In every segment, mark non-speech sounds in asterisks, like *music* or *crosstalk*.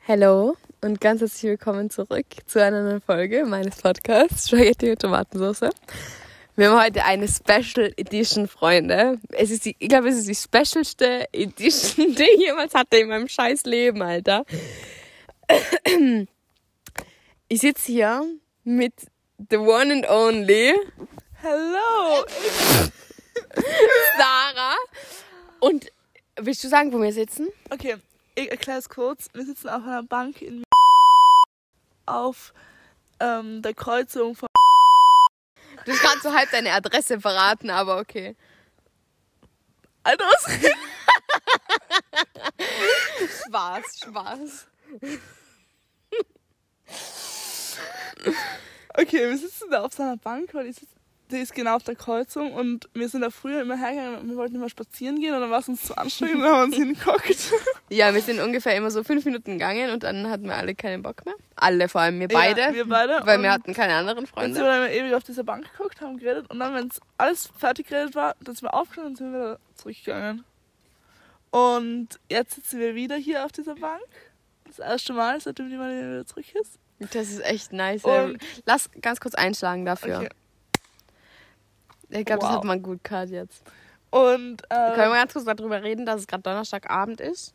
Hello und ganz herzlich willkommen zurück zu einer neuen Folge meines Podcasts Spaghetti mit Tomatensauce. Wir haben heute eine Special Edition, Freunde. Es ist die, ich glaube, es ist die specialste Edition, *laughs* die ich jemals hatte in meinem scheiß Leben, Alter. Ich sitze hier mit the one and only Hello! Sarah und willst du sagen, wo wir sitzen? Okay, ich erkläre es kurz. Wir sitzen auf einer Bank in auf ähm, der Kreuzung von. Du hast gerade so halb deine Adresse verraten, aber okay. Alter, was? *laughs* Spaß, Spaß. Okay, wir sitzen da auf seiner Bank, weil die, sitzt, die ist genau auf der Kreuzung und wir sind da früher immer hergegangen und wir wollten immer spazieren gehen und dann war es uns zu anstrengend und *laughs* dann haben wir uns hingeguckt. Ja, wir sind ungefähr immer so fünf Minuten gegangen und dann hatten wir alle keinen Bock mehr. Alle, vor allem wir beide. Ja, wir beide. weil wir und- hatten keine anderen Dann sind Freunde. wir dann ewig auf dieser Bank geguckt, haben geredet und dann, wenn es alles fertig geredet war, dann sind wir aufgestanden und sind wieder zurückgegangen. Und jetzt sitzen wir wieder hier auf dieser Bank. Das erste Mal, seitdem die Marlene wieder zurück ist. Das ist echt nice. Und- Lass ganz kurz einschlagen dafür. Okay. Ich glaube, das Wow. hat man gut gehört jetzt. Und Können wir äh, ganz kurz darüber reden, dass es gerade Donnerstagabend ist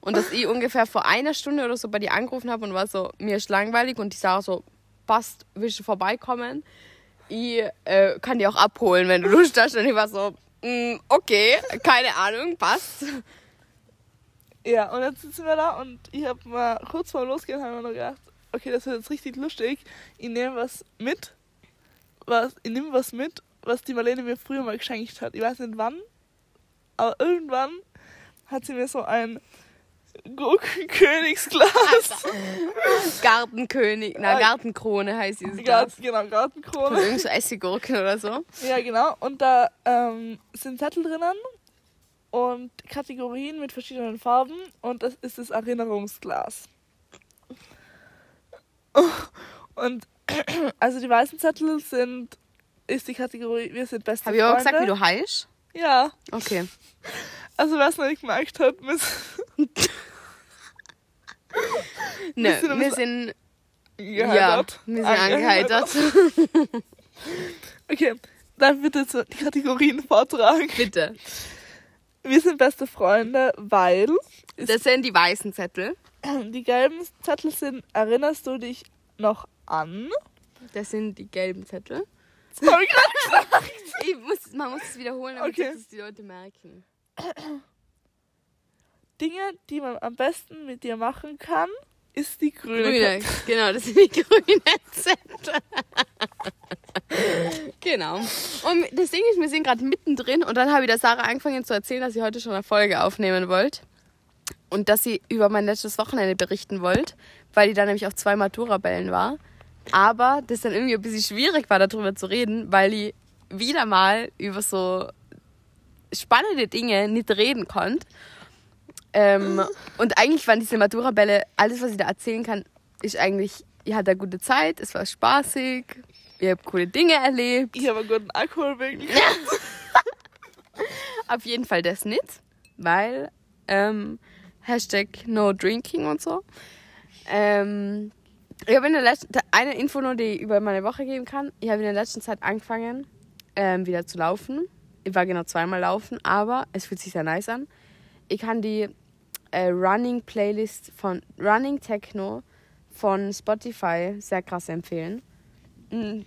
und dass ich ungefähr vor einer Stunde oder so bei dir angerufen habe und war so, mir ist langweilig und die Sarah so, passt, willst du vorbeikommen? Ich äh, kann dich auch abholen, wenn du Lust hast. Und ich war so, "Mm, okay, keine Ahnung, passt. ja, und jetzt sitzen wir da und ich habe mal kurz vor losgehen, haben wir noch gedacht, okay, das wird jetzt richtig lustig. Ich nehme was mit, was ich nehme was mit, was die Marlene mir früher mal geschenkt hat. Ich weiß nicht wann, aber irgendwann hat sie mir so ein Gurkenkönigsglas. Gartenkönig, na Ah. Gartenkrone heißt dieses Glas. Glas, genau, Gartenkrone. Irgend so Essiggurken oder so. Ja, genau. Und da ähm, sind Zettel drinnen und Kategorien mit verschiedenen Farben. Und das ist das Erinnerungsglas. Und *clears throat* also die weißen Zettel sind, ist die Kategorie, wir sind beste Habe ich Freunde. aber gesagt, wie du heißt? Ja, Okay. also wer es noch nicht gemerkt hat, wir sind Nö, Bist du noch wir was- sind, ja, angeheitert. wir sind Angeheitert. angeheitert. *laughs* Okay, dann bitte zu- die Kategorien vortragen. Bitte. Wir sind beste Freunde, weil... Das sind die weißen Zettel. *clears throat* Die gelben Zettel sind, erinnerst du dich noch an? *laughs* Das sind die gelben Zettel. Das hab ich grad gesagt. Ich muss, man muss es wiederholen, damit Okay. es die Leute merken. Dinge, die man am besten mit dir machen kann, ist die grüne. Grüne, *laughs* genau, das sind die grünen Zettel. *laughs* genau. Und das Ding ist, wir sind gerade mittendrin und dann habe ich der Sarah angefangen zu erzählen, dass ihr heute schon eine Folge aufnehmen wollt. Und dass sie über mein letztes Wochenende berichten wollt, weil die da nämlich auf zwei Maturabellen war. Aber das dann irgendwie ein bisschen schwierig war, darüber zu reden, weil die wieder mal über so spannende Dinge nicht reden konnte. Ähm, und eigentlich waren diese Matura-Bälle, alles, was ich da erzählen kann, ist eigentlich, ihr hattet eine gute Zeit, es war spaßig, ihr habt coole Dinge erlebt. Ich habe einen guten Alkohol wegen. Auf jeden Fall das nicht, weil ähm, Hashtag No Drinking und so. Ähm, ich habe in der letzten da- eine Info nur, die ich über meine Woche geben kann. Ich habe in der letzten Zeit angefangen, ähm, wieder zu laufen. Ich war genau zweimal laufen, aber es fühlt sich sehr nice an. Ich kann die äh, Running Playlist von Running Techno von Spotify sehr krass empfehlen. Mm.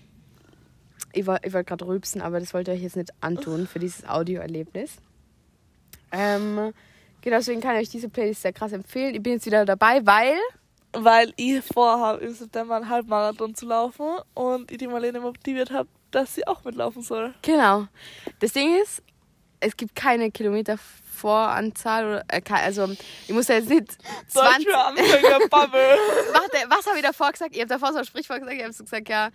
Ich wollte ich wollt gerade rülpsen, aber das wollte ich euch jetzt nicht antun für dieses Audioerlebnis. Ähm, genau, deswegen kann ich euch diese Playlist sehr krass empfehlen. Ich bin jetzt wieder dabei, weil *laughs* Weil ich vorhabe, im September einen Halbmarathon zu laufen und ich die Marlene motiviert habe, dass sie auch mitlaufen soll. Genau. Das Ding ist, es gibt keine Kilometervoranzahl oder äh, ke- also ich muss ja jetzt nicht 20 Deutsche Anfänger Bubble. Warte, was habe ich davor gesagt? Ihr habt davor so ein Sprichwort gesagt, ihr habt so gesagt, ja,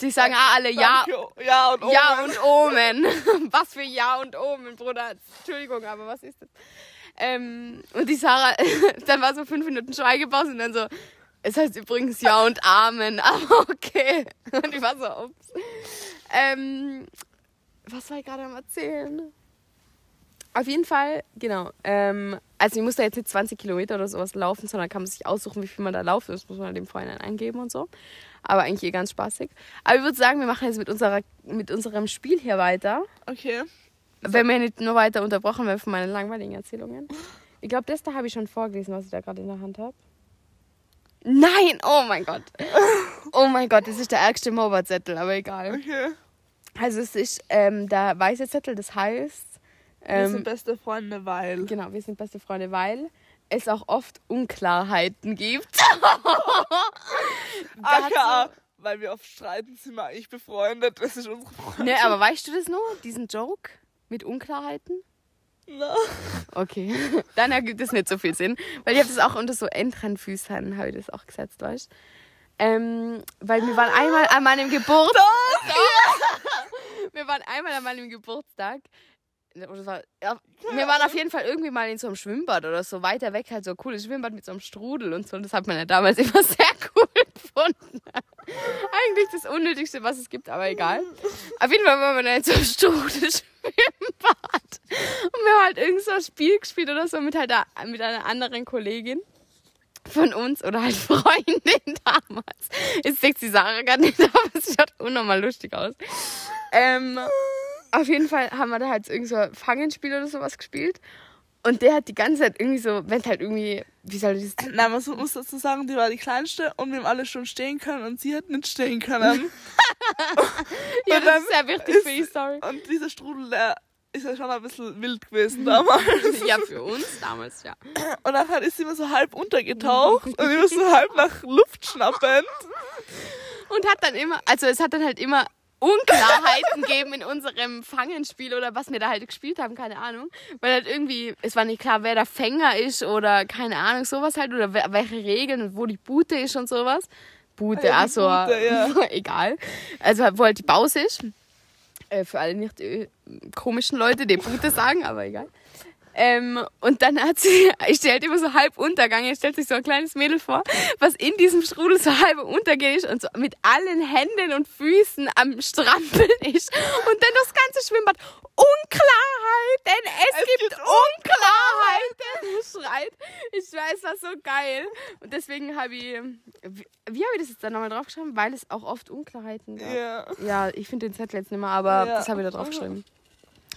die *laughs* sagen ah, alle ja, Danke. Ja und oh. ja und Omen. *laughs* Was für Ja und Omen, Bruder. Entschuldigung, aber was ist das? Ähm, und die Sarah, *laughs* dann war so fünf Minuten Schweigepause und dann so, es heißt übrigens Ja und Amen, *laughs* aber okay. Und ich war so, ups. Ähm, was war ich gerade am Erzählen? Auf jeden Fall, genau. Ähm, also ich muss da jetzt nicht 20 Kilometer oder sowas laufen, sondern kann man sich aussuchen, wie viel man da laufen muss. Das muss man halt dem Vorhinein angeben und so. Aber eigentlich eh ganz spaßig. Aber ich würde sagen, wir machen jetzt mit, unserer, mit unserem Spiel hier weiter. Okay. Wenn wir nicht nur weiter unterbrochen werden von meinen langweiligen Erzählungen. Ich glaube, das da habe ich schon vorgelesen, was ich da gerade in der Hand habe. Nein! Oh mein Gott! *laughs* Oh mein Gott, das ist der ärgste Mobber-Zettel, aber egal. Okay. Also es ist ähm, der weiße Zettel, das heißt... Wir ähm, sind beste Freunde, weil. Genau, wir sind beste Freunde, weil es auch oft Unklarheiten gibt. AKA, weil wir oft streiten, sind wir eigentlich befreundet. Das ist unsere Freunde. Ne, aber weißt du das nur? Diesen Joke mit Unklarheiten? Okay, *laughs* dann ergibt es nicht so viel Sinn. Weil ich habe das auch unter so Entrenfüßern, habe ich das auch gesetzt, weißt du? Ähm, weil wir waren einmal an meinem Geburtstag. *laughs* wir waren einmal an meinem Geburtstag. Oder es war, ja, wir waren auf jeden Fall irgendwie mal in so einem Schwimmbad oder so weiter weg, halt so ein cooles Schwimmbad mit so einem Strudel und so. Und das hat man ja damals *laughs* immer sehr cool gefunden. *laughs* Eigentlich das Unnötigste, was es gibt, aber egal. Auf jeden Fall waren wir dann in so einem Strudel Schwimmbad. Und wir haben halt irgend so ein Spiel gespielt oder so mit, halt da, mit einer anderen Kollegin von uns oder halt *laughs* Freundin damals. Jetzt denkt die Sarah gar nicht, *laughs* aber es schaut unnormal lustig aus. Ähm, auf jeden Fall haben wir da halt irgend so ein Fangenspiel oder sowas gespielt. Und der hat die ganze Zeit irgendwie so, wenn halt irgendwie, wie soll ich das Nein, man muss dazu sagen, die war die Kleinste und wir haben alle schon stehen können und sie hat nicht stehen *laughs* können. Ja, dann das ist sehr wichtig für die Story. und dieser Strudel, der ist ja schon ein bisschen wild gewesen *laughs* damals. Ja, für uns damals, ja. Und nachher ist sie immer so halb untergetaucht und wir mussten halb nach Luft schnappen. Und hat dann immer, also es hat dann halt immer *laughs* Unklarheiten gegeben in unserem Fangenspiel oder was wir da halt gespielt haben, keine Ahnung. Weil halt irgendwie, es war nicht klar, wer der Fänger ist oder keine Ahnung, sowas halt oder wer, welche Regeln und wo die Bute ist und sowas. Bute, Ja, die also Bute, ja. *laughs* egal. Also halt, wo halt die Pause ist. Äh, für alle nicht äh, komischen Leute, die Bute sagen, aber egal. Ähm, und dann hat sie, *laughs* ich stelle halt immer so halb untergegangen, stellt sich so ein kleines Mädel vor, was in diesem Strudel so halb untergeht ist und so mit allen Händen und Füßen am Strampeln ist. Und dann das ganze Schwimmbad. Unklarheiten, es, gibt, gibt Unklarheiten, schreit. Ich weiß, das war so geil. Und deswegen habe ich, wie, wie habe ich das jetzt da nochmal draufgeschrieben? Weil es auch oft Unklarheiten gab. Ja. Ja, ich finde den Zettel jetzt nicht mehr, aber Ja. das habe ich da draufgeschrieben.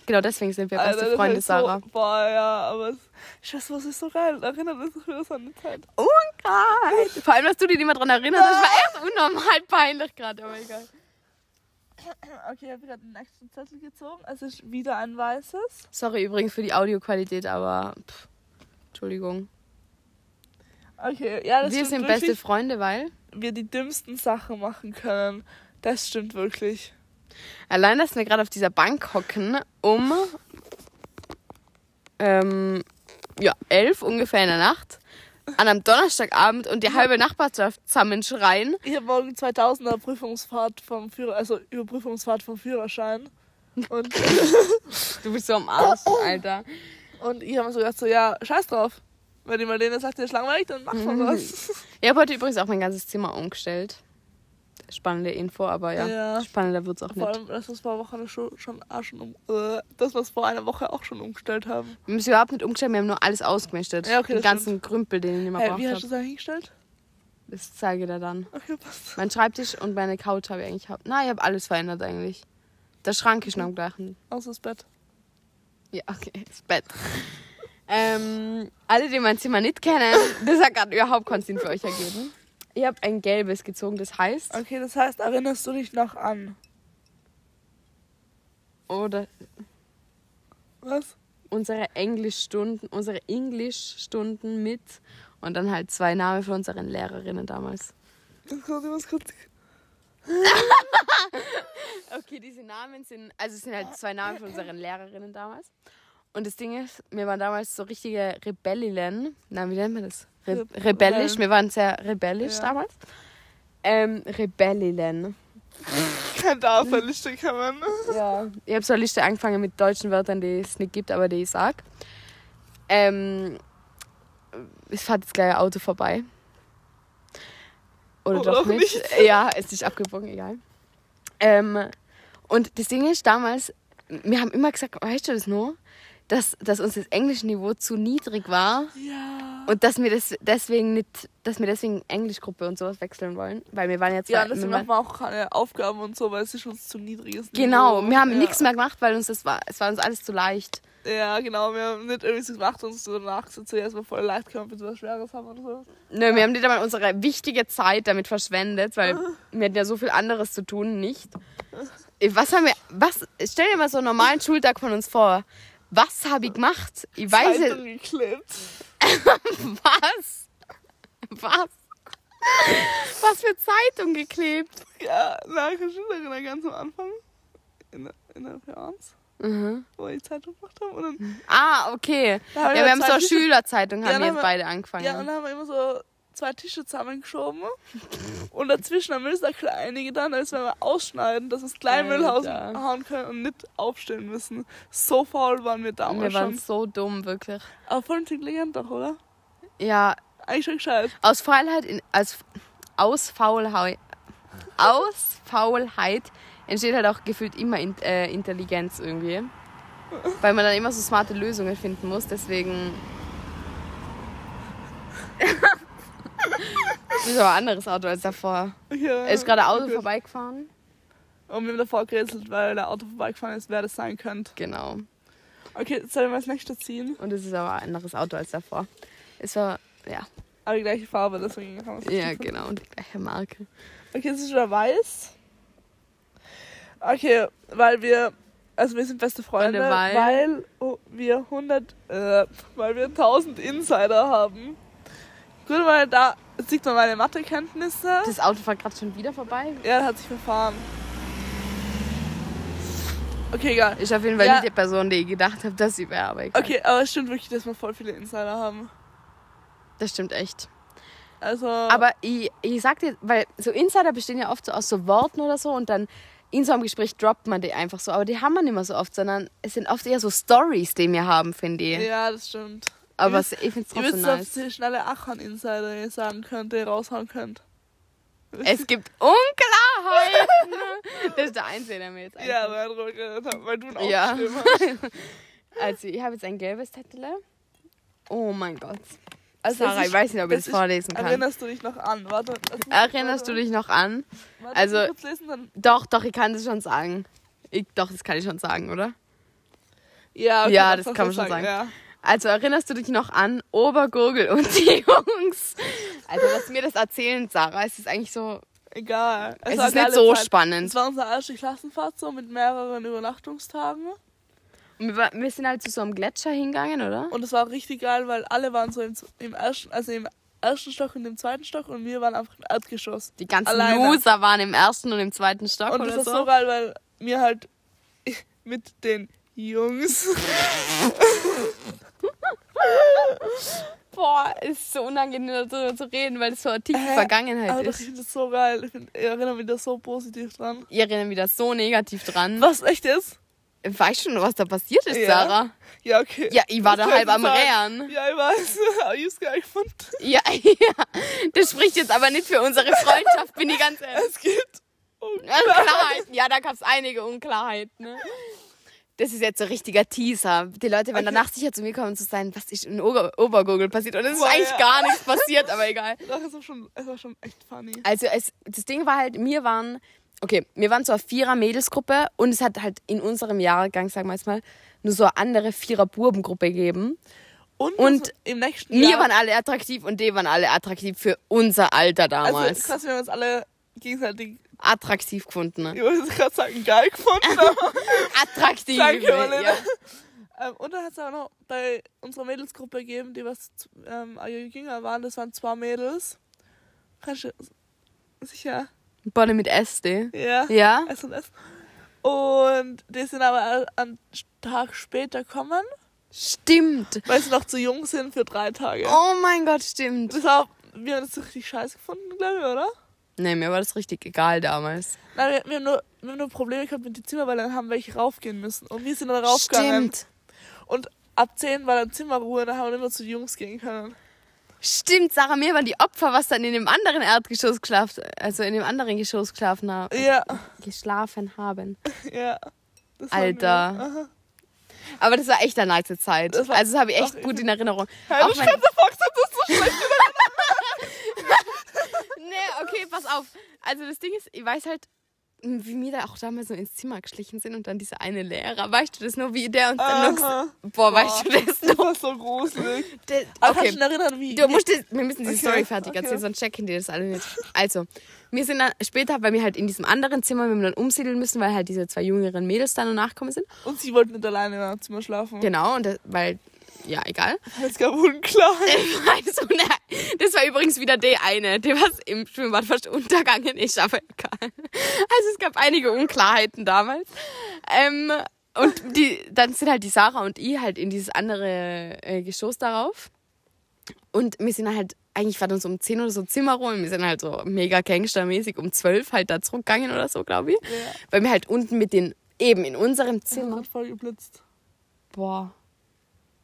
Genau, deswegen sind wir beste Alter, das Freunde, ist halt Sarah. So, boah, ja, aber es, ich weiß, was ist so geil. Erinnert uns doch wieder so an die Zeit. Unklarheit. Vor allem, dass du dich nicht mehr daran erinnerst. Das war echt unnormal peinlich gerade, Oh aber egal. Okay, ich habe gerade den nächsten Zettel gezogen. Es ist wieder ein weißes. Sorry übrigens für die Audioqualität, aber pff, Entschuldigung. Okay, ja, das wir stimmt sind beste wirklich. Freunde, weil Wir die dümmsten Sachen machen können. Das stimmt wirklich. allein, dass wir gerade auf dieser Bank hocken, um ähm, ja, elf ungefähr in der Nacht, an einem Donnerstagabend und die halbe Nachbarschaft zusammenschreien. Ich habe morgen 2000er Prüfungsfahrt vom Führer, also Überprüfungsfahrt vom Führerschein. *laughs* Und, Du bist so am Arsch, Alter. und ich habe mir so gedacht, so, ja, scheiß drauf. Wenn die Marlene sagt, ihr ist langweilig, dann mach Mhm. man *laughs* was. Ich habe heute übrigens auch mein ganzes Zimmer umgestellt. Spannende Info, aber ja, Ja. spannender wird es auch Vor nicht. allem, dass wir es vor Wochen schon, schon auch schon um, äh, das, was wir vor einer Woche auch schon umgestellt haben. Wir müssen überhaupt nicht umgestellt, wir haben nur alles ausgemistet. Ja, okay, den das ganzen Krümpel, den ich nicht mehr Hey, braucht wie hast du habe. es da hingestellt? Das zeige ich dir dann. Okay, passt. Mein Schreibtisch und meine Couch habe ich eigentlich. hau- Na, ich habe alles verändert eigentlich. Der Schrank ist noch am gleichen. Außer das Bett. Ja, okay, das *laughs* Bett. ähm, alle, die mein Zimmer nicht kennen, das hat gerade überhaupt keinen Sinn für euch ergeben. Ich habe ein gelbes gezogen, das heißt. Okay, das heißt, erinnerst du dich noch an? Oder Was? unsere Englischstunden, unsere Englischstunden mit und dann halt zwei Namen von unseren Lehrerinnen damals. Das kommt immer kurz. Okay, diese Namen sind, also es sind halt zwei Namen von unseren Lehrerinnen damals. Und das Ding ist, wir waren damals so richtige Rebellinnen. Na, wie nennt man das? Re Re- rebellisch. Rebellen. Wir waren sehr rebellisch Ja. damals. Ähm, Rebellinnen. Kann Hm. da auf der Liste kommen. Ja. Ich habe so eine Liste angefangen mit deutschen Wörtern, die es nicht gibt, aber die ich sag. Ähm, es fährt jetzt gleich ein Auto vorbei. Oder Oder doch auch nicht. Ja, es ist abgebogen, egal. Ähm, und das Ding ist, damals, wir haben immer gesagt, weißt du das nur? dass, dass uns das Englischniveau zu niedrig war Ja. und dass wir das deswegen nicht, dass wir deswegen Englischgruppe und sowas wechseln wollen, weil wir waren jetzt ja, bei, wir deswegen waren, machen wir auch keine Aufgaben und so, weil es ist uns zu niedrig ist. genau, wir haben ja. nichts mehr gemacht, weil uns das war, es war uns alles zu leicht. Ja, genau, wir haben nicht irgendwas gemacht und so nachgesetzt, zuerst mal voll leicht können, bis wir was Schweres haben oder so. Nö, Ne, wir haben nicht einmal unsere wichtige Zeit damit verschwendet, weil wir hatten ja so viel anderes zu tun, nicht? Ey, Was haben wir, was, stell dir mal so einen normalen Schultag von uns vor. Was habe ich gemacht? Ich weiß Zeitung es, geklebt. was? Was? Was für Zeitung geklebt? Ja, na, kannst du dich erinnern, genau ganz am Anfang. In der, in der P1, Mhm. wo wir die Zeitung gemacht haben. Und dann Ah, okay. Da Ja, hab ich wir mal haben so eine Zeitung- Schülerzeitung, Ja, haben da wir haben wir- beide angefangen. Ja, und dann haben wir immer so zwei *laughs* Tische zusammengeschoben. und dazwischen haben wir uns da kleine getan, als wenn wir ausschneiden, dass wir das kleine Müllhaus Alter. hauen können und nicht aufstellen müssen. So faul waren wir Und damals wir waren schon. so dumm, wirklich. Aber voll intelligent doch, oder? Ja, Eigentlich schon gescheit. aus Faulheit, in, als, aus, Faulheit, aus Faulheit entsteht halt auch gefühlt immer in, äh, Intelligenz irgendwie. Weil man dann immer so smarte Lösungen finden muss, deswegen. das ist aber ein anderes Auto als davor. Ja, Er ist gerade Auto gut. vorbeigefahren. Und wir haben davor gerätselt, weil der Auto vorbeigefahren ist, wer das sein könnte. Genau. Okay, jetzt sollen wir das nächste ziehen? Und es ist aber ein anderes Auto als davor. Es war, ja, Aber die gleiche Farbe, deswegen haben wir es ja nicht genau, und die gleiche Marke. Okay, es ist wieder weiß. Okay, weil wir, also wir sind beste Freunde, Freunde, weil- weil, oh, wir 100, äh, weil wir 1000 Insider haben. Gut, weil da sieht man meine Mathekenntnisse. Das Auto war gerade schon wieder vorbei. Er hat sich verfahren. Okay, egal. Ist auf jeden Fall Ja. nicht die Person, die ich gedacht habe, dass sie wäre, aber egal. Okay, aber es stimmt wirklich, dass wir voll viele Insider haben. Das stimmt echt. Also, Aber ich, ich sag dir, weil so Insider bestehen ja oft so aus so Worten oder so und dann in so einem Gespräch droppt man die einfach so. Aber die haben wir nicht mehr so oft, sondern es sind oft eher so Stories, die wir haben, finde ich. ja, das stimmt. Aber Ich es- ich finde es Ihr trotzdem wisst, dass nice. ihr schnelle Achern-Insider ihr sagen könnt, ihr raushauen könnt. Es gibt Unklarheiten. *laughs* das ist der Einzige, der mir jetzt einfällt. Ja, weil ich darüber geredet habe, weil du ihn auch Ja. *laughs* geschrieben hast. Also, ich habe jetzt ein gelbes Tettele. Oh mein Gott. Also Sarah, es ich weiß nicht, ob ich es das vorlesen kann. Erinnerst du dich noch an? Warte. lass mich- Erinnerst du warte, dich noch an? Warte, also- lass mich kurz lesen, dann. Doch, doch, ich kann das schon sagen. Ich, doch, das kann ich schon sagen, oder? Ja, okay, Ja, lass das uns kann man schon Ja. Also erinnerst du dich noch an Obergurgel und die *laughs* Jungs? Also, dass du mir das erzählen, Sarah, es ist eigentlich so. Egal. Es, war ist eine nicht geile so Zeit. Es spannend. war unsere erste Klassenfahrt so mit mehreren Übernachtungstagen. Und Wir, war- wir sind halt zu so einem Gletscher hingegangen, oder? Und es war richtig geil, weil alle waren so im, im ersten, also im ersten Stock und im zweiten Stock und wir waren einfach im Erdgeschoss. Die ganzen Alleine. Loser waren im ersten und im zweiten Stock Und das oder war so. so geil, weil wir halt *laughs* mit den *laughs* Jungs. Boah, ist so unangenehm darüber zu reden, weil es so eine tiefe Hä? Vergangenheit Aber doch, ich ist. finde das so geil. Ich, find, ich erinnere mich da so positiv dran. Ihr erinnert wieder so negativ dran. Was echt ist? Weißt du schon, was da passiert ist, Ja. Sarah? Ja, okay. Ja, ich war Das da halb am kann ich Rähen. Ja, ich weiß. *laughs* Aber ich hab's geil gefunden. *laughs* Ja, *laughs* ja. Das spricht jetzt aber nicht für unsere Freundschaft, bin ich ganz ehrlich. Es Oh gibt. Und Unklarheiten, ja, da gab es einige Unklarheiten. Ne? Das ist jetzt so ein richtiger Teaser. Die Leute werden Okay. danach sicher zu mir kommen und zu sein, was ist in Ober Obergurgel passiert. Und es ist Boah, eigentlich ja. gar nichts passiert, aber *laughs* egal. doch, es war schon, es war schon echt funny. Also es, das Ding war halt, wir waren, okay, wir waren so eine Vierer-Mädelsgruppe und es hat halt in unserem Jahrgang, sagen wir jetzt mal, nur so eine andere Vierer-Bubengruppe gegeben. Und, Und das- im nächsten Wir Jahr, waren alle attraktiv und die waren alle attraktiv für unser Alter also, damals. krass, wir haben uns alle gegenseitig, attraktiv gefunden. Ne? ich wollte gerade sagen, geil *laughs* gefunden. aber- Attraktiv. *laughs* Danke, Marlene. ja. ähm, und dann hat es aber noch bei unserer Mädelsgruppe gegeben, die was ähm, ein Jahr jünger waren. Das waren zwei Mädels. Kannst du, sicher? Bonne mit SD. Ja. Ja? SMS. Und die sind aber einen Tag später kommen, Stimmt. weil sie noch zu jung sind für drei Tage. Oh mein Gott, stimmt. Das war, wir haben das so richtig scheiße gefunden, glaube ich, oder? Nee, mir war das richtig egal damals. Nein, wir, wir, haben nur, wir haben nur Probleme gehabt mit den Zimmern, weil dann haben welche raufgehen müssen. Und wir sind dann raufgegangen. Stimmt. Und ab 10 war dann Zimmerruhe, dann haben wir immer zu den Jungs gehen können. Stimmt, Sarah, mir waren die Opfer, was dann in dem anderen Erdgeschoss geschlafen, also in dem anderen Geschoss geschlafen, ha Ja, geschlafen haben. ja. Das waren Alter. wir. genau- Aha. Aber das war echt eine nice Zeit. Das war- also das habe ich echt Ach, gut in Erinnerung. Hallo Auch mein, Scheiße, Fox, das ist so schlecht. nee, okay, pass auf. Also das Ding ist, ich weiß halt, wie wir da auch damals so ins Zimmer geschlichen sind und dann dieser eine Lehrer, weißt du das nur, wie der uns dann noch... Aha. Boah, weißt du das Das noch? war so *laughs* gruselig. Der- Aber okay. kannst du dich erinnern, wie... Du musst das, wir müssen diese Okay, Story fertig okay. erzählen, sonst checken die das alle nicht. Also, wir sind dann später, weil wir halt in diesem anderen Zimmer, wir haben dann umsiedeln müssen, weil halt diese zwei jüngeren Mädels dann und nachkommen sind. Und sie wollten nicht alleine in einem Zimmer schlafen. Genau, und das, weil, ja, egal. Das gab unklar. *laughs* Ich *laughs* weiß, und er- das war übrigens wieder der eine, der was im Schwimmbad fast untergangen ist, aber egal. Also es gab einige Unklarheiten damals. Ähm, und die, dann sind halt die Sarah und ich halt in dieses andere äh, Geschoss darauf. Und wir sind halt, eigentlich war uns um 10 oder so Zimmer rum. Wir sind halt so mega gangstermäßig um 12 halt da zurückgegangen oder so, glaube ich. Ja. Weil wir halt unten mit den, eben in unserem Das Zimmer. hat voll geblitzt. Boah.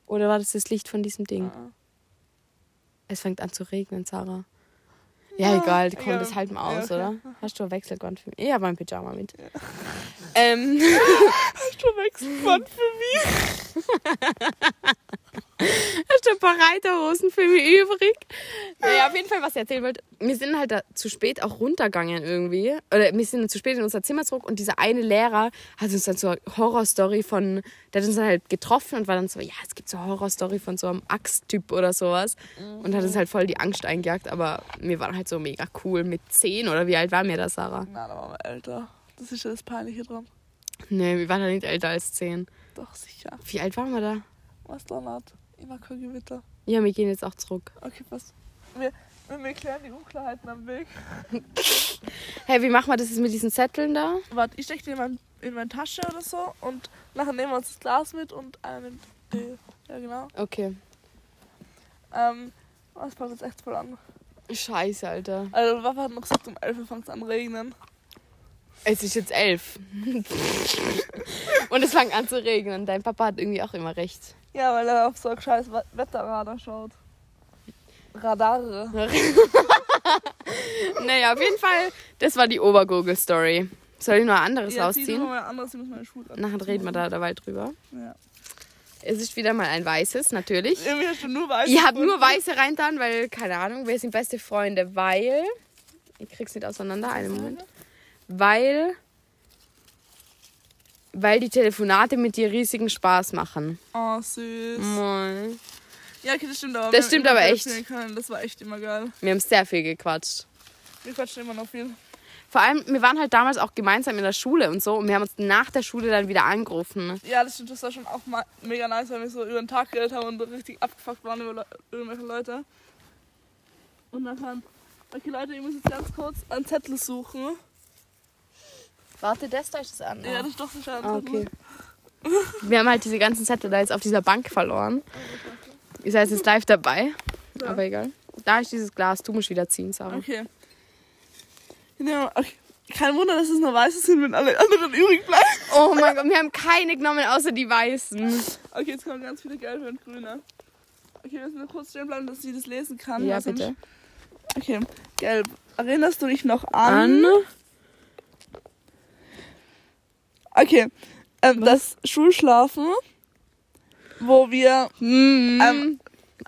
Oder war das das Licht von diesem Ding? Ah. Es fängt an zu regnen, Sarah. Ja, egal, komm, ja. das halten wir Ja, aus, okay. oder? Hast du ein Wechselgewand für mich? Ich habe mein Pyjama mit. Ähm, *laughs* Schon weggespannt für *laughs* mich. hast du ein paar Reiterhosen für mich übrig? Naja, auf jeden Fall, was ich erzählen wollte. Wir sind halt da zu spät auch runtergegangen irgendwie. Oder wir sind zu spät in unser Zimmer zurück und dieser eine Lehrer hat uns dann so eine Horrorstory von, der hat uns dann halt getroffen und war dann so, ja, es gibt so eine Horrorstory von so einem Axttyp oder sowas. Und hat Mhm. uns halt voll die Angst eingejagt, aber wir waren halt so mega cool mit zehn oder wie alt waren wir da, Sarah? Na, da waren wir älter. Das ist ja das Peinliche dran. Nee, wir waren ja nicht älter als 10. Doch, sicher. Wie alt waren wir da? Was, Leonard? Immer kein Gewitter. Ja, wir gehen jetzt auch zurück. Okay, passt. Wir, wir, wir klären die Unklarheiten am Weg. Hey, wie machen wir das jetzt mit diesen Zetteln da? Warte, ich stecke den in, mein, in meine Tasche oder so und nachher nehmen wir uns das Glas mit und einen. Äh, ja, genau. Okay. Ähm, das passt jetzt echt voll an. Scheiße, Alter. Also, Waffe hat noch gesagt, um 11 Uhr fängt es an regnen. Es ist jetzt elf. Und es fängt an zu regnen. Dein Papa hat irgendwie auch immer recht. Ja, weil er auf so ein scheiß Wa- Wetterradar schaut. Radare. Naja, auf jeden Fall, das war die Obergurgel-Story. Soll ich noch ein anderes Ja, zieh rausziehen? nochmal anders, ich muss meine Schuhe an. Nachher reden wir da dabei drüber. Ja. Es ist wieder mal ein weißes, natürlich. Irgendwie hast du nur weiß. Ich habe nur Weiße reintan, weil, keine Ahnung, wir sind beste Freunde, weil. Ich krieg's nicht auseinander, einen Moment. Weil. Weil die Telefonate mit dir riesigen Spaß machen. Oh, süß. Moin. Ja, okay, das stimmt aber. Mm. Das wir haben stimmt immer aber telefonieren echt. Können. Das war echt immer geil. Wir haben sehr viel gequatscht. Wir quatschen immer noch viel. Vor allem, wir waren halt damals auch gemeinsam in der Schule und so und wir haben uns nach der Schule dann wieder angerufen. Ja, das stimmt, das war schon auch mal mega nice, weil wir so über den Tag geredet haben und richtig abgefuckt waren über Leu- irgendwelche Leute. Und dann kam, okay Leute, ich muss jetzt ganz kurz einen Zettel suchen. Warte, das Deutsch ist an. Ja, das ist doch so schade. Ah. Okay. *laughs* Wir haben halt diese ganzen Zettel da jetzt auf dieser Bank verloren. Ihr seid jetzt live dabei. Ja. Aber egal. Da ist dieses Glas. Du musst wieder ziehen, Sarah. *laughs* Okay. Ja, okay. Kein Wunder, dass es nur weiße sind, wenn alle anderen übrig bleiben. Oh mein Gott, *laughs* wir haben keine genommen, außer die Weißen. Okay, jetzt kommen ganz viele gelbe und grüne. Okay, wir müssen nur kurz stehen bleiben, dass sie das lesen kann. Ja, weil sonst- bitte. Okay, gelb. Erinnerst du dich noch An. an? Okay, ähm, das Schulschlafen, wo wir Mm. ähm,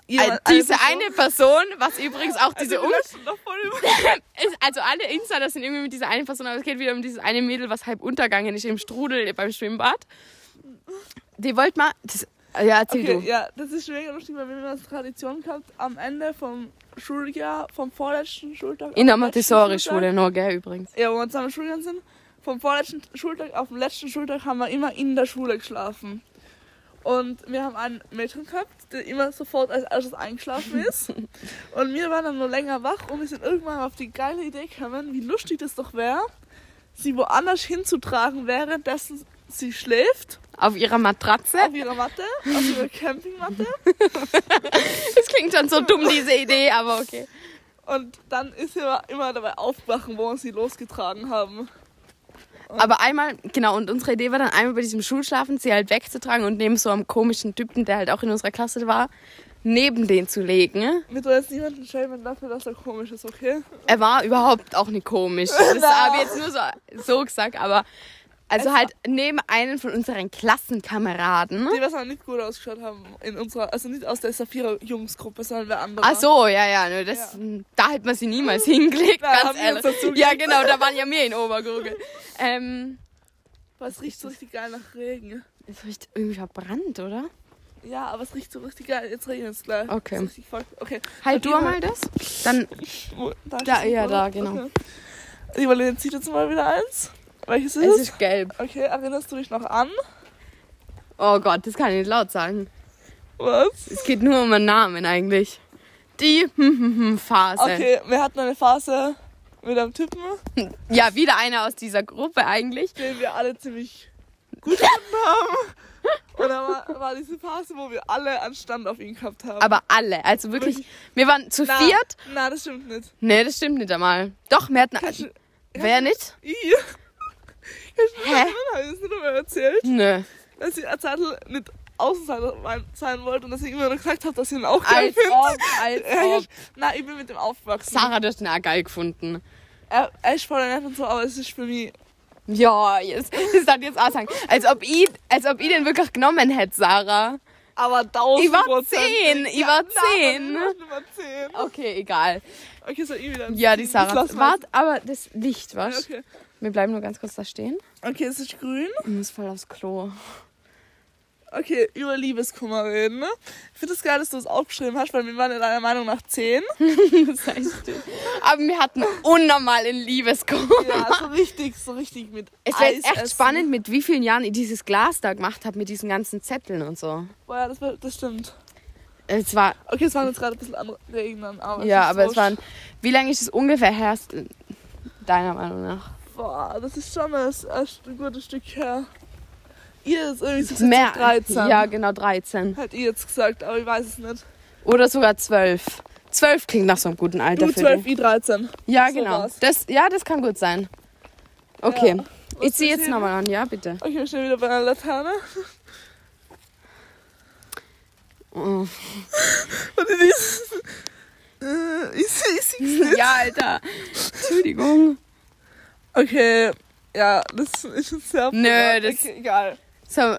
jemand- Äh, diese Person- Also eine Person, was übrigens auch diese um Wir löschen doch voll über- *laughs* ist, also alle Insider sind irgendwie mit dieser einen Person, aber es geht wieder um dieses eine Mädel, was halb untergangen ist im Strudel beim Schwimmbad. Die wollt mal das, ja, erzähl Okay, du. ja, das ist mega lustig, weil wir haben das Tradition gehabt, am Ende vom Schuljahr, vom vorletzten Schultag. In der auf den letzten Montessori-Schule nur, gell, übrigens. Schultag- Ja, wo wir zusammen Schulgang sind. Vom vorletzten Schultag auf den letzten Schultag haben wir immer in der Schule geschlafen. Und wir haben ein Mädchen gehabt, der immer sofort als erstes eingeschlafen ist. Und wir waren dann nur länger wach und wir sind irgendwann auf die geile Idee gekommen, wie lustig das doch wäre, sie woanders hinzutragen, währenddessen sie schläft, Auf ihrer Matratze. auf ihrer Matte, auf ihrer Campingmatte. Das klingt schon so dumm, diese Idee, aber okay. Und dann ist sie aber immer dabei aufwachen, wo wir sie losgetragen haben. Oh. Aber einmal, genau, und unsere Idee war dann einmal bei diesem Schulschlafen sie halt wegzutragen und neben so einem komischen Typen, der halt auch in unserer Klasse war, neben den zu legen. Mit soll jetzt niemanden schämen dafür, dass er komisch ist, okay? *laughs* Er war überhaupt auch nicht komisch. Das habe ich jetzt nur so, so gesagt, aber Also Es- halt neben einen von unseren Klassenkameraden. Die, was auch nicht gut ausgeschaut haben in unserer, also nicht aus der Saphira-Jungsgruppe, sondern wer andere. Ach so, ja, ja, ne, das, da hätte man sie niemals hingelegt, Da haben ganz wir ehrlich. uns dazu Ja, gelegt. genau, da waren ja mehr in Obergurgel. ähm, Aber es riecht so richtig geil nach Regen. das riecht irgendwie verbrannt, oder? Ja, aber es riecht so richtig geil. Jetzt regnet es gleich. Okay. Es ist richtig voll. Okay. Halt du Lieber- einmal das. Dann, Wo- Da, Da, ist es, ja, oder? da, genau. Okay. Lieber Lena, zieht jetzt mal wieder eins. Welches ist es es? ist gelb. Okay, erinnerst du dich noch an? Oh Gott, das kann ich nicht laut sagen. Was? Es geht nur um einen Namen eigentlich. Die hm, hm, hm, Phase. Okay, wir hatten eine Phase mit einem Typen, Ja, wieder einer aus dieser Gruppe eigentlich. den wir alle ziemlich gut gefunden haben. Und da war, war diese Phase, wo wir alle einen Stand auf ihn gehabt haben. Aber alle, also wirklich, wir waren zu na, viert. Na, das stimmt nicht. Nee, das stimmt nicht einmal. Doch, wir hatten. Kannst du- Wer nicht? Ich. Kannst du mich Hä? erinnern? Habe ich das nicht einmal erzählt? Nö. Dass ich als Zettel nicht Außenseiter mein- sein wollte und dass ich immer nur gesagt habe, dass ich ihn auch geil Als finde. ob, als Ja, ob. ich, na, ich bin mit dem aufgewachsen. Sarah hat das na geil gefunden. Er, er ist voll nett und so, aber es ist für mich. Ja, jetzt, das darf ich jetzt auch sagen. Als ob ich, als ob ich den wirklich genommen hätte, Sarah. Aber 1000 Ich war zehn, ich war zehn. Nummer 10. Okay, egal. Okay, so ich wieder. Ja, die Das Sarah. lassen wir Warte, aber das Licht, jetzt. was? Okay. Wir bleiben nur ganz kurz da stehen. okay, es ist grün. Ich muss voll aufs Klo. Okay, über Liebeskummer reden. Ne? Ich finde es geil, dass du es aufgeschrieben hast, weil wir waren in deiner Meinung nach 10. *laughs* Das heißt, aber wir hatten unnormal in Liebeskummer. Ja, so richtig, so richtig mit Es wäre jetzt Eis echt essen. spannend, mit wie vielen Jahren ich dieses Glas da gemacht habe, mit diesen ganzen Zetteln und so. Boah, ja, das, war, das stimmt. Es war, Okay, es waren jetzt gerade ein bisschen andere Regnen, aber. ja, ist aber es wurscht. waren, wie lange ist es ungefähr her, deiner Meinung nach? Boah, das ist schon das erste gute Stück her. Ihr ist irgendwie so Mehr, 13. ja, genau, 13. Hat ihr jetzt gesagt, aber ich weiß es nicht. Oder sogar 12. 12 klingt nach so einem guten Alter Du für 12, dich. ich 13. Ja, so genau. war's. Das, ja, das kann gut sein. Okay, ich Ja. ziehe willst jetzt du nochmal an, ja, bitte. Okay, schnell wieder bei einer Laterne. Oh. Und in diesem. Äh, ich seh- ich seh's nicht. Ja, Alter. Entschuldigung. Okay, ja, das ist jetzt sehr. Nö, privat. das- Okay, egal. So,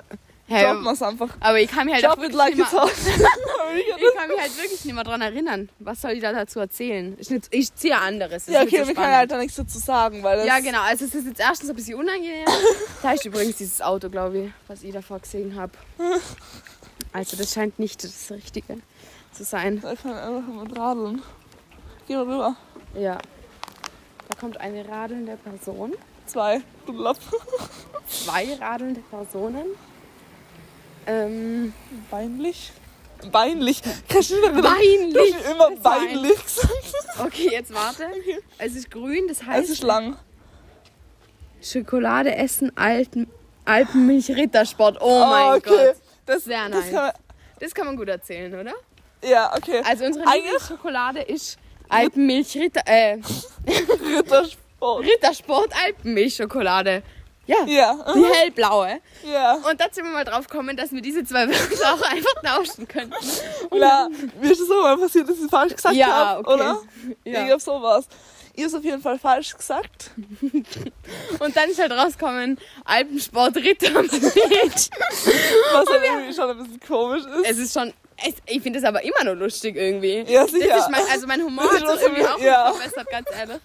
hey, Droppen wir es einfach. aber ich kann mir halt auch Drop it wirklich like nicht it's mehr- hot. Ich kann mich halt wirklich nicht mehr dran erinnern. Was soll ich da dazu erzählen? Ist nicht, ich ziehe anderes. Ist *laughs* ja, nicht okay, so wir können halt spannend. da nichts dazu sagen, weil das. Ja, genau. Also, es ist jetzt erstens ein bisschen *laughs* unangenehm. da ist übrigens dieses Auto, glaube ich, was ich davor gesehen habe. Also, das scheint nicht das Richtige zu sein. Da kann man einfach mal radeln. Geh mal rüber. Ja. Da kommt eine radelnde Person. Zwei. Du Lapp. Zwei radelnde Personen. Ähm, Beinlich? Beinlich. Kannst du nicht damit- Du weinlich. hast mir immer Wein. beinlich gesagt. Okay, jetzt warte. Es ist grün, das heißt. Es ist lang. Schokolade essen, Alpen, Alpenmilch, Rittersport. Oh mein Gott. Ah, Das, Sehr das nice. kann man, Das kann man gut erzählen, oder? ja, okay. Also unsere Eigentlich- Lieblingsschokolade ist Alpenmilch, Ritter, äh, Rittersport. Rittersport Alpenmilchschokolade. Ja, Ja, die hellblaue. ja. Und da sind wir mal drauf gekommen, dass wir diese zwei Wörter auch einfach tauschen könnten. Ja, mir ist das auch mal passiert, dass ich falsch gesagt Ja, habe, okay. oder? Ja. Ich hab sowas. Ihr habt auf jeden Fall falsch gesagt. Und dann ist halt rausgekommen, Alpensport *laughs* Rittermilch. Was halt irgendwie schon ein bisschen komisch ist. es ist schon, es, ich finde es aber immer noch lustig irgendwie. Ja, sicher. Das ist mein, also mein Humor hat Das ist sich schon irgendwie so- auch ja. verbessert, ganz ehrlich.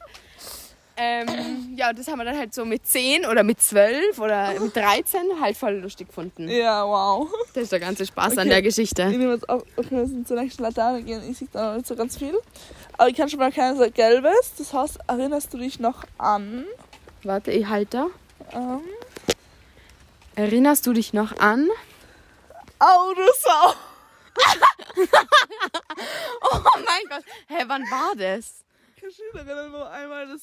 Ähm, ja, das haben wir dann halt so mit 10 oder mit 12 oder mit 13 halt voll lustig gefunden. Ja, wow. Das ist der ganze Spaß Okay. an der Ich Geschichte. nehme jetzt auch, okay, wir sind zur nächsten Laterne gehen. Ich sehe da noch nicht so ganz viel. Aber ich kann schon mal keine so gelbes. Das heißt, erinnerst du dich noch an? Warte, ich halte da. Ähm, Erinnerst du dich noch an? Autosau. Oh mein Gott. Hä, wann war das? Kannst du dich erinnern, wo einmal das,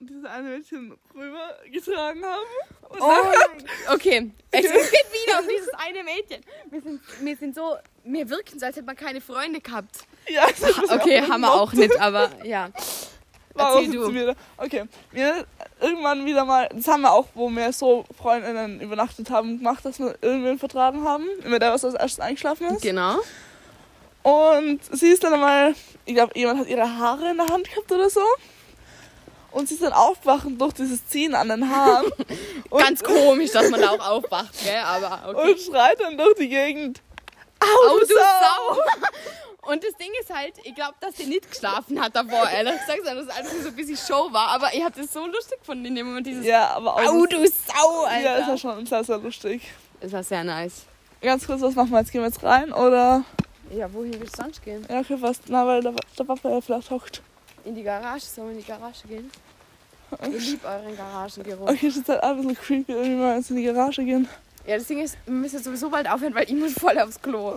dieses eine Mädchen rübergetragen haben? Und Oh mein- okay, *laughs* es geht wieder um dieses eine Mädchen. Wir sind, wir sind so, mir wirken so, als hätte man keine Freunde gehabt. Ja, *laughs* Okay, haben wir auch nicht, aber ja. Warum Erzähl du. sitzen wir da? Okay, wir irgendwann wieder mal, das haben wir auch, wo wir so Freundinnen übernachtet haben, gemacht, dass wir irgendwen vertragen haben, immer der, was als erstes eingeschlafen ist. Genau. Und sie ist dann einmal, ich glaube, jemand hat ihre Haare in der Hand gehabt oder so. und sie ist dann aufwachend durch dieses Ziehen an den Haaren. *laughs* und, Ganz komisch, dass man da auch aufwacht, gell? Aber okay. und schreit dann durch die Gegend. Au, Au, du du Sau! Sau! Und das Ding ist halt, ich glaube, dass sie nicht geschlafen hat davor, ehrlich gesagt, sondern dass alles nur so ein bisschen Show war. Aber ich hab das so lustig gefunden in dem Moment, dieses Ja, aber auch. Au, du Sau, Alter. ja, ist ja schon sehr, sehr lustig. Das war sehr nice. Ganz kurz, was machen wir jetzt? Gehen wir jetzt rein oder? Ja, wohin willst du sonst gehen? Ja, okay, fast. Na, weil der, der Papa ja vielleicht hockt. In die Garage? Sollen wir in die Garage gehen? Ich liebe euren Garagengeruch. Okay, ist jetzt halt auch ein bisschen creepy, irgendwie mal jetzt in die Garage gehen. Ja, das Ding ist, wir müssen jetzt sowieso bald aufhören, weil ich muss voll aufs Klo.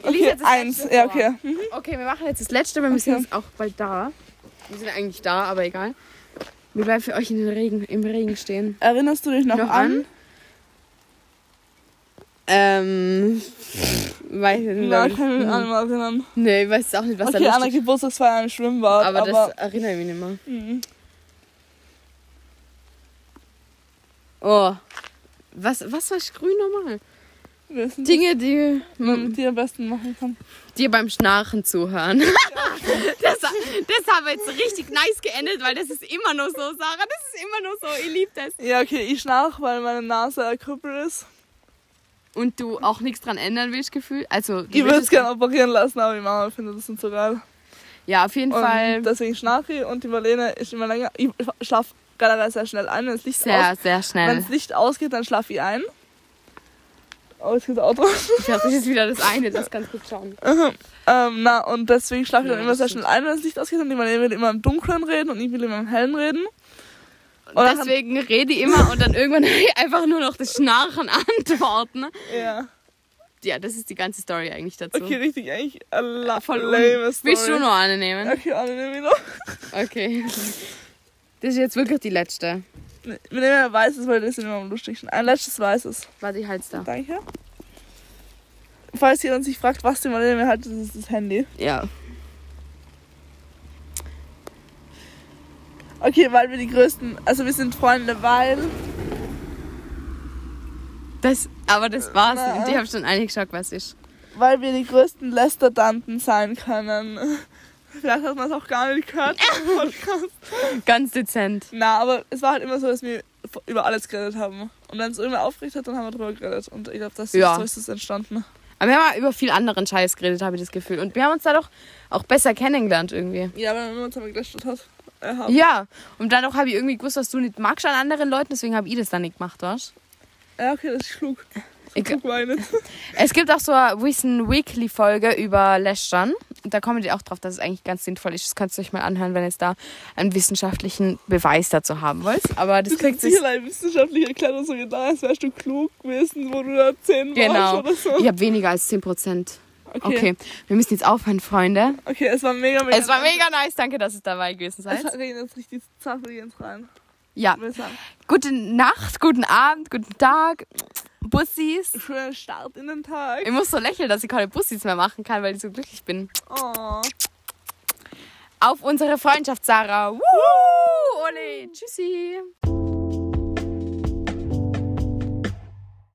Ich lies Okay, jetzt das eins. letzte Ja, vor. okay. Okay, wir machen jetzt das letzte, weil wir sind Okay. jetzt auch bald da. Wir sind eigentlich da, aber egal. Wir bleiben für euch in den Regen, im Regen stehen. Erinnerst du dich noch, Noch an? an? Ähm. Weiß ich nicht. Ja, glaub ich kann mich ich. an mal erinnern. Nee, ich weiß auch nicht, was okay, da an der lustig Geburtstagsfeier im Schwimmbad. aber, Aber, das erinnere ich mich nicht mehr. Mhm. Oh. Was, was war grün nochmal? wir sind Dinge, die was man man mit dir am besten machen kann. dir beim Schnarchen zuhören. *laughs* das, das haben wir jetzt richtig nice geendet, weil das ist immer nur so, Sarah. Das ist immer nur so. Ich liebe das. Ja, okay, ich schnarch, weil meine Nase ein Krüppel ist. Und du auch nichts dran ändern willst, gefühlt. Also, du Ich würde es willst- gerne operieren lassen, aber die Mama findet das nicht so geil. Ja, auf jeden Fall Und deswegen schnarche ich und die Marlene ist immer länger. Ich schlafe generell sehr schnell ein, wenn das Licht, sehr, aus, sehr wenn schnell. das Licht ausgeht, dann schlafe ich ein. Oh, jetzt geht's Auto. Ich glaube, das ist wieder das eine. Das ganz gut schauen. Ähm, na, und deswegen schlafe ich dann Ja, immer das sehr stimmt. schnell ein, wenn das Licht ausgeht. Und die Marlene will immer im Dunkeln reden und ich will immer im Hellen reden. Und dann- Deswegen rede ich immer und dann irgendwann *laughs* einfach nur noch das Schnarchen antworten. Ja. Ja, das ist die ganze Story eigentlich dazu. Okay, richtig, eigentlich a la Voll un- lame Story. Willst du noch eine *laughs* nehmen? Okay, alle nehmen wir noch. Okay. Das ist jetzt wirklich die letzte. Nee, Wir nehmen ein weißes, weil das ist immer am lustigsten. Ein letztes weißes. Warte, ich halt's da. Danke. Falls jemand sich fragt, was die Marlene hat, das ist das Handy. Ja. Okay, weil wir die größten, also wir sind Freunde, weil Das, aber das war's. Na. äh. Und ich habe schon eingeschaut, was ist. weil wir die größten Lästertanten sein können. *laughs* Vielleicht hat man es auch gar nicht *laughs* gehört. im Podcast. Ganz dezent. Na, aber es war halt immer so, dass wir über alles geredet haben. Und wenn es irgendwer aufgeregt hat, dann haben wir drüber geredet. Und ich glaube, das Ja. ist, so ist es entstanden. Aber wir haben auch über viel anderen Scheiß geredet, habe ich das Gefühl. Und wir haben uns da doch auch besser kennengelernt irgendwie. Ja, wenn man uns aber gelästert hat. Äh, haben. Ja. Und dadurch habe ich irgendwie gewusst, was du nicht magst an anderen Leuten. Deswegen habe ich das dann nicht gemacht, weißt Ja, okay, das ist klug. So Ich- klug war ich nicht. Es gibt auch so eine Wissen Weekly Folge über Lästern. Und Da kommen die auch drauf, dass es eigentlich ganz sinnvoll ist. Das kannst du euch mal anhören, wenn ihr jetzt da einen wissenschaftlichen Beweis dazu haben wollt. Aber das kriegt sich. Sicherlein wissenschaftlich erklärt und so getan, als wärst du klug gewesen, wo du da 10 Genau. warst oder so. Ich habe weniger als 10 Prozent. Okay. Okay. wir müssen jetzt aufhören, Freunde. Okay, es war mega, mega. Es war mega nice. Danke, dass ihr dabei gewesen Es hat seid. regnet jetzt richtig zappelig ins rein. Also, Ja. Ich will sagen, Gute Nacht, guten Abend, guten Tag. Bussis. Schöner Start in den Tag. Ich muss so lächeln, dass ich keine Bussis mehr machen kann, weil ich so glücklich bin. Oh. Auf unsere Freundschaft, Sarah. Woo! Ole. Tschüssi.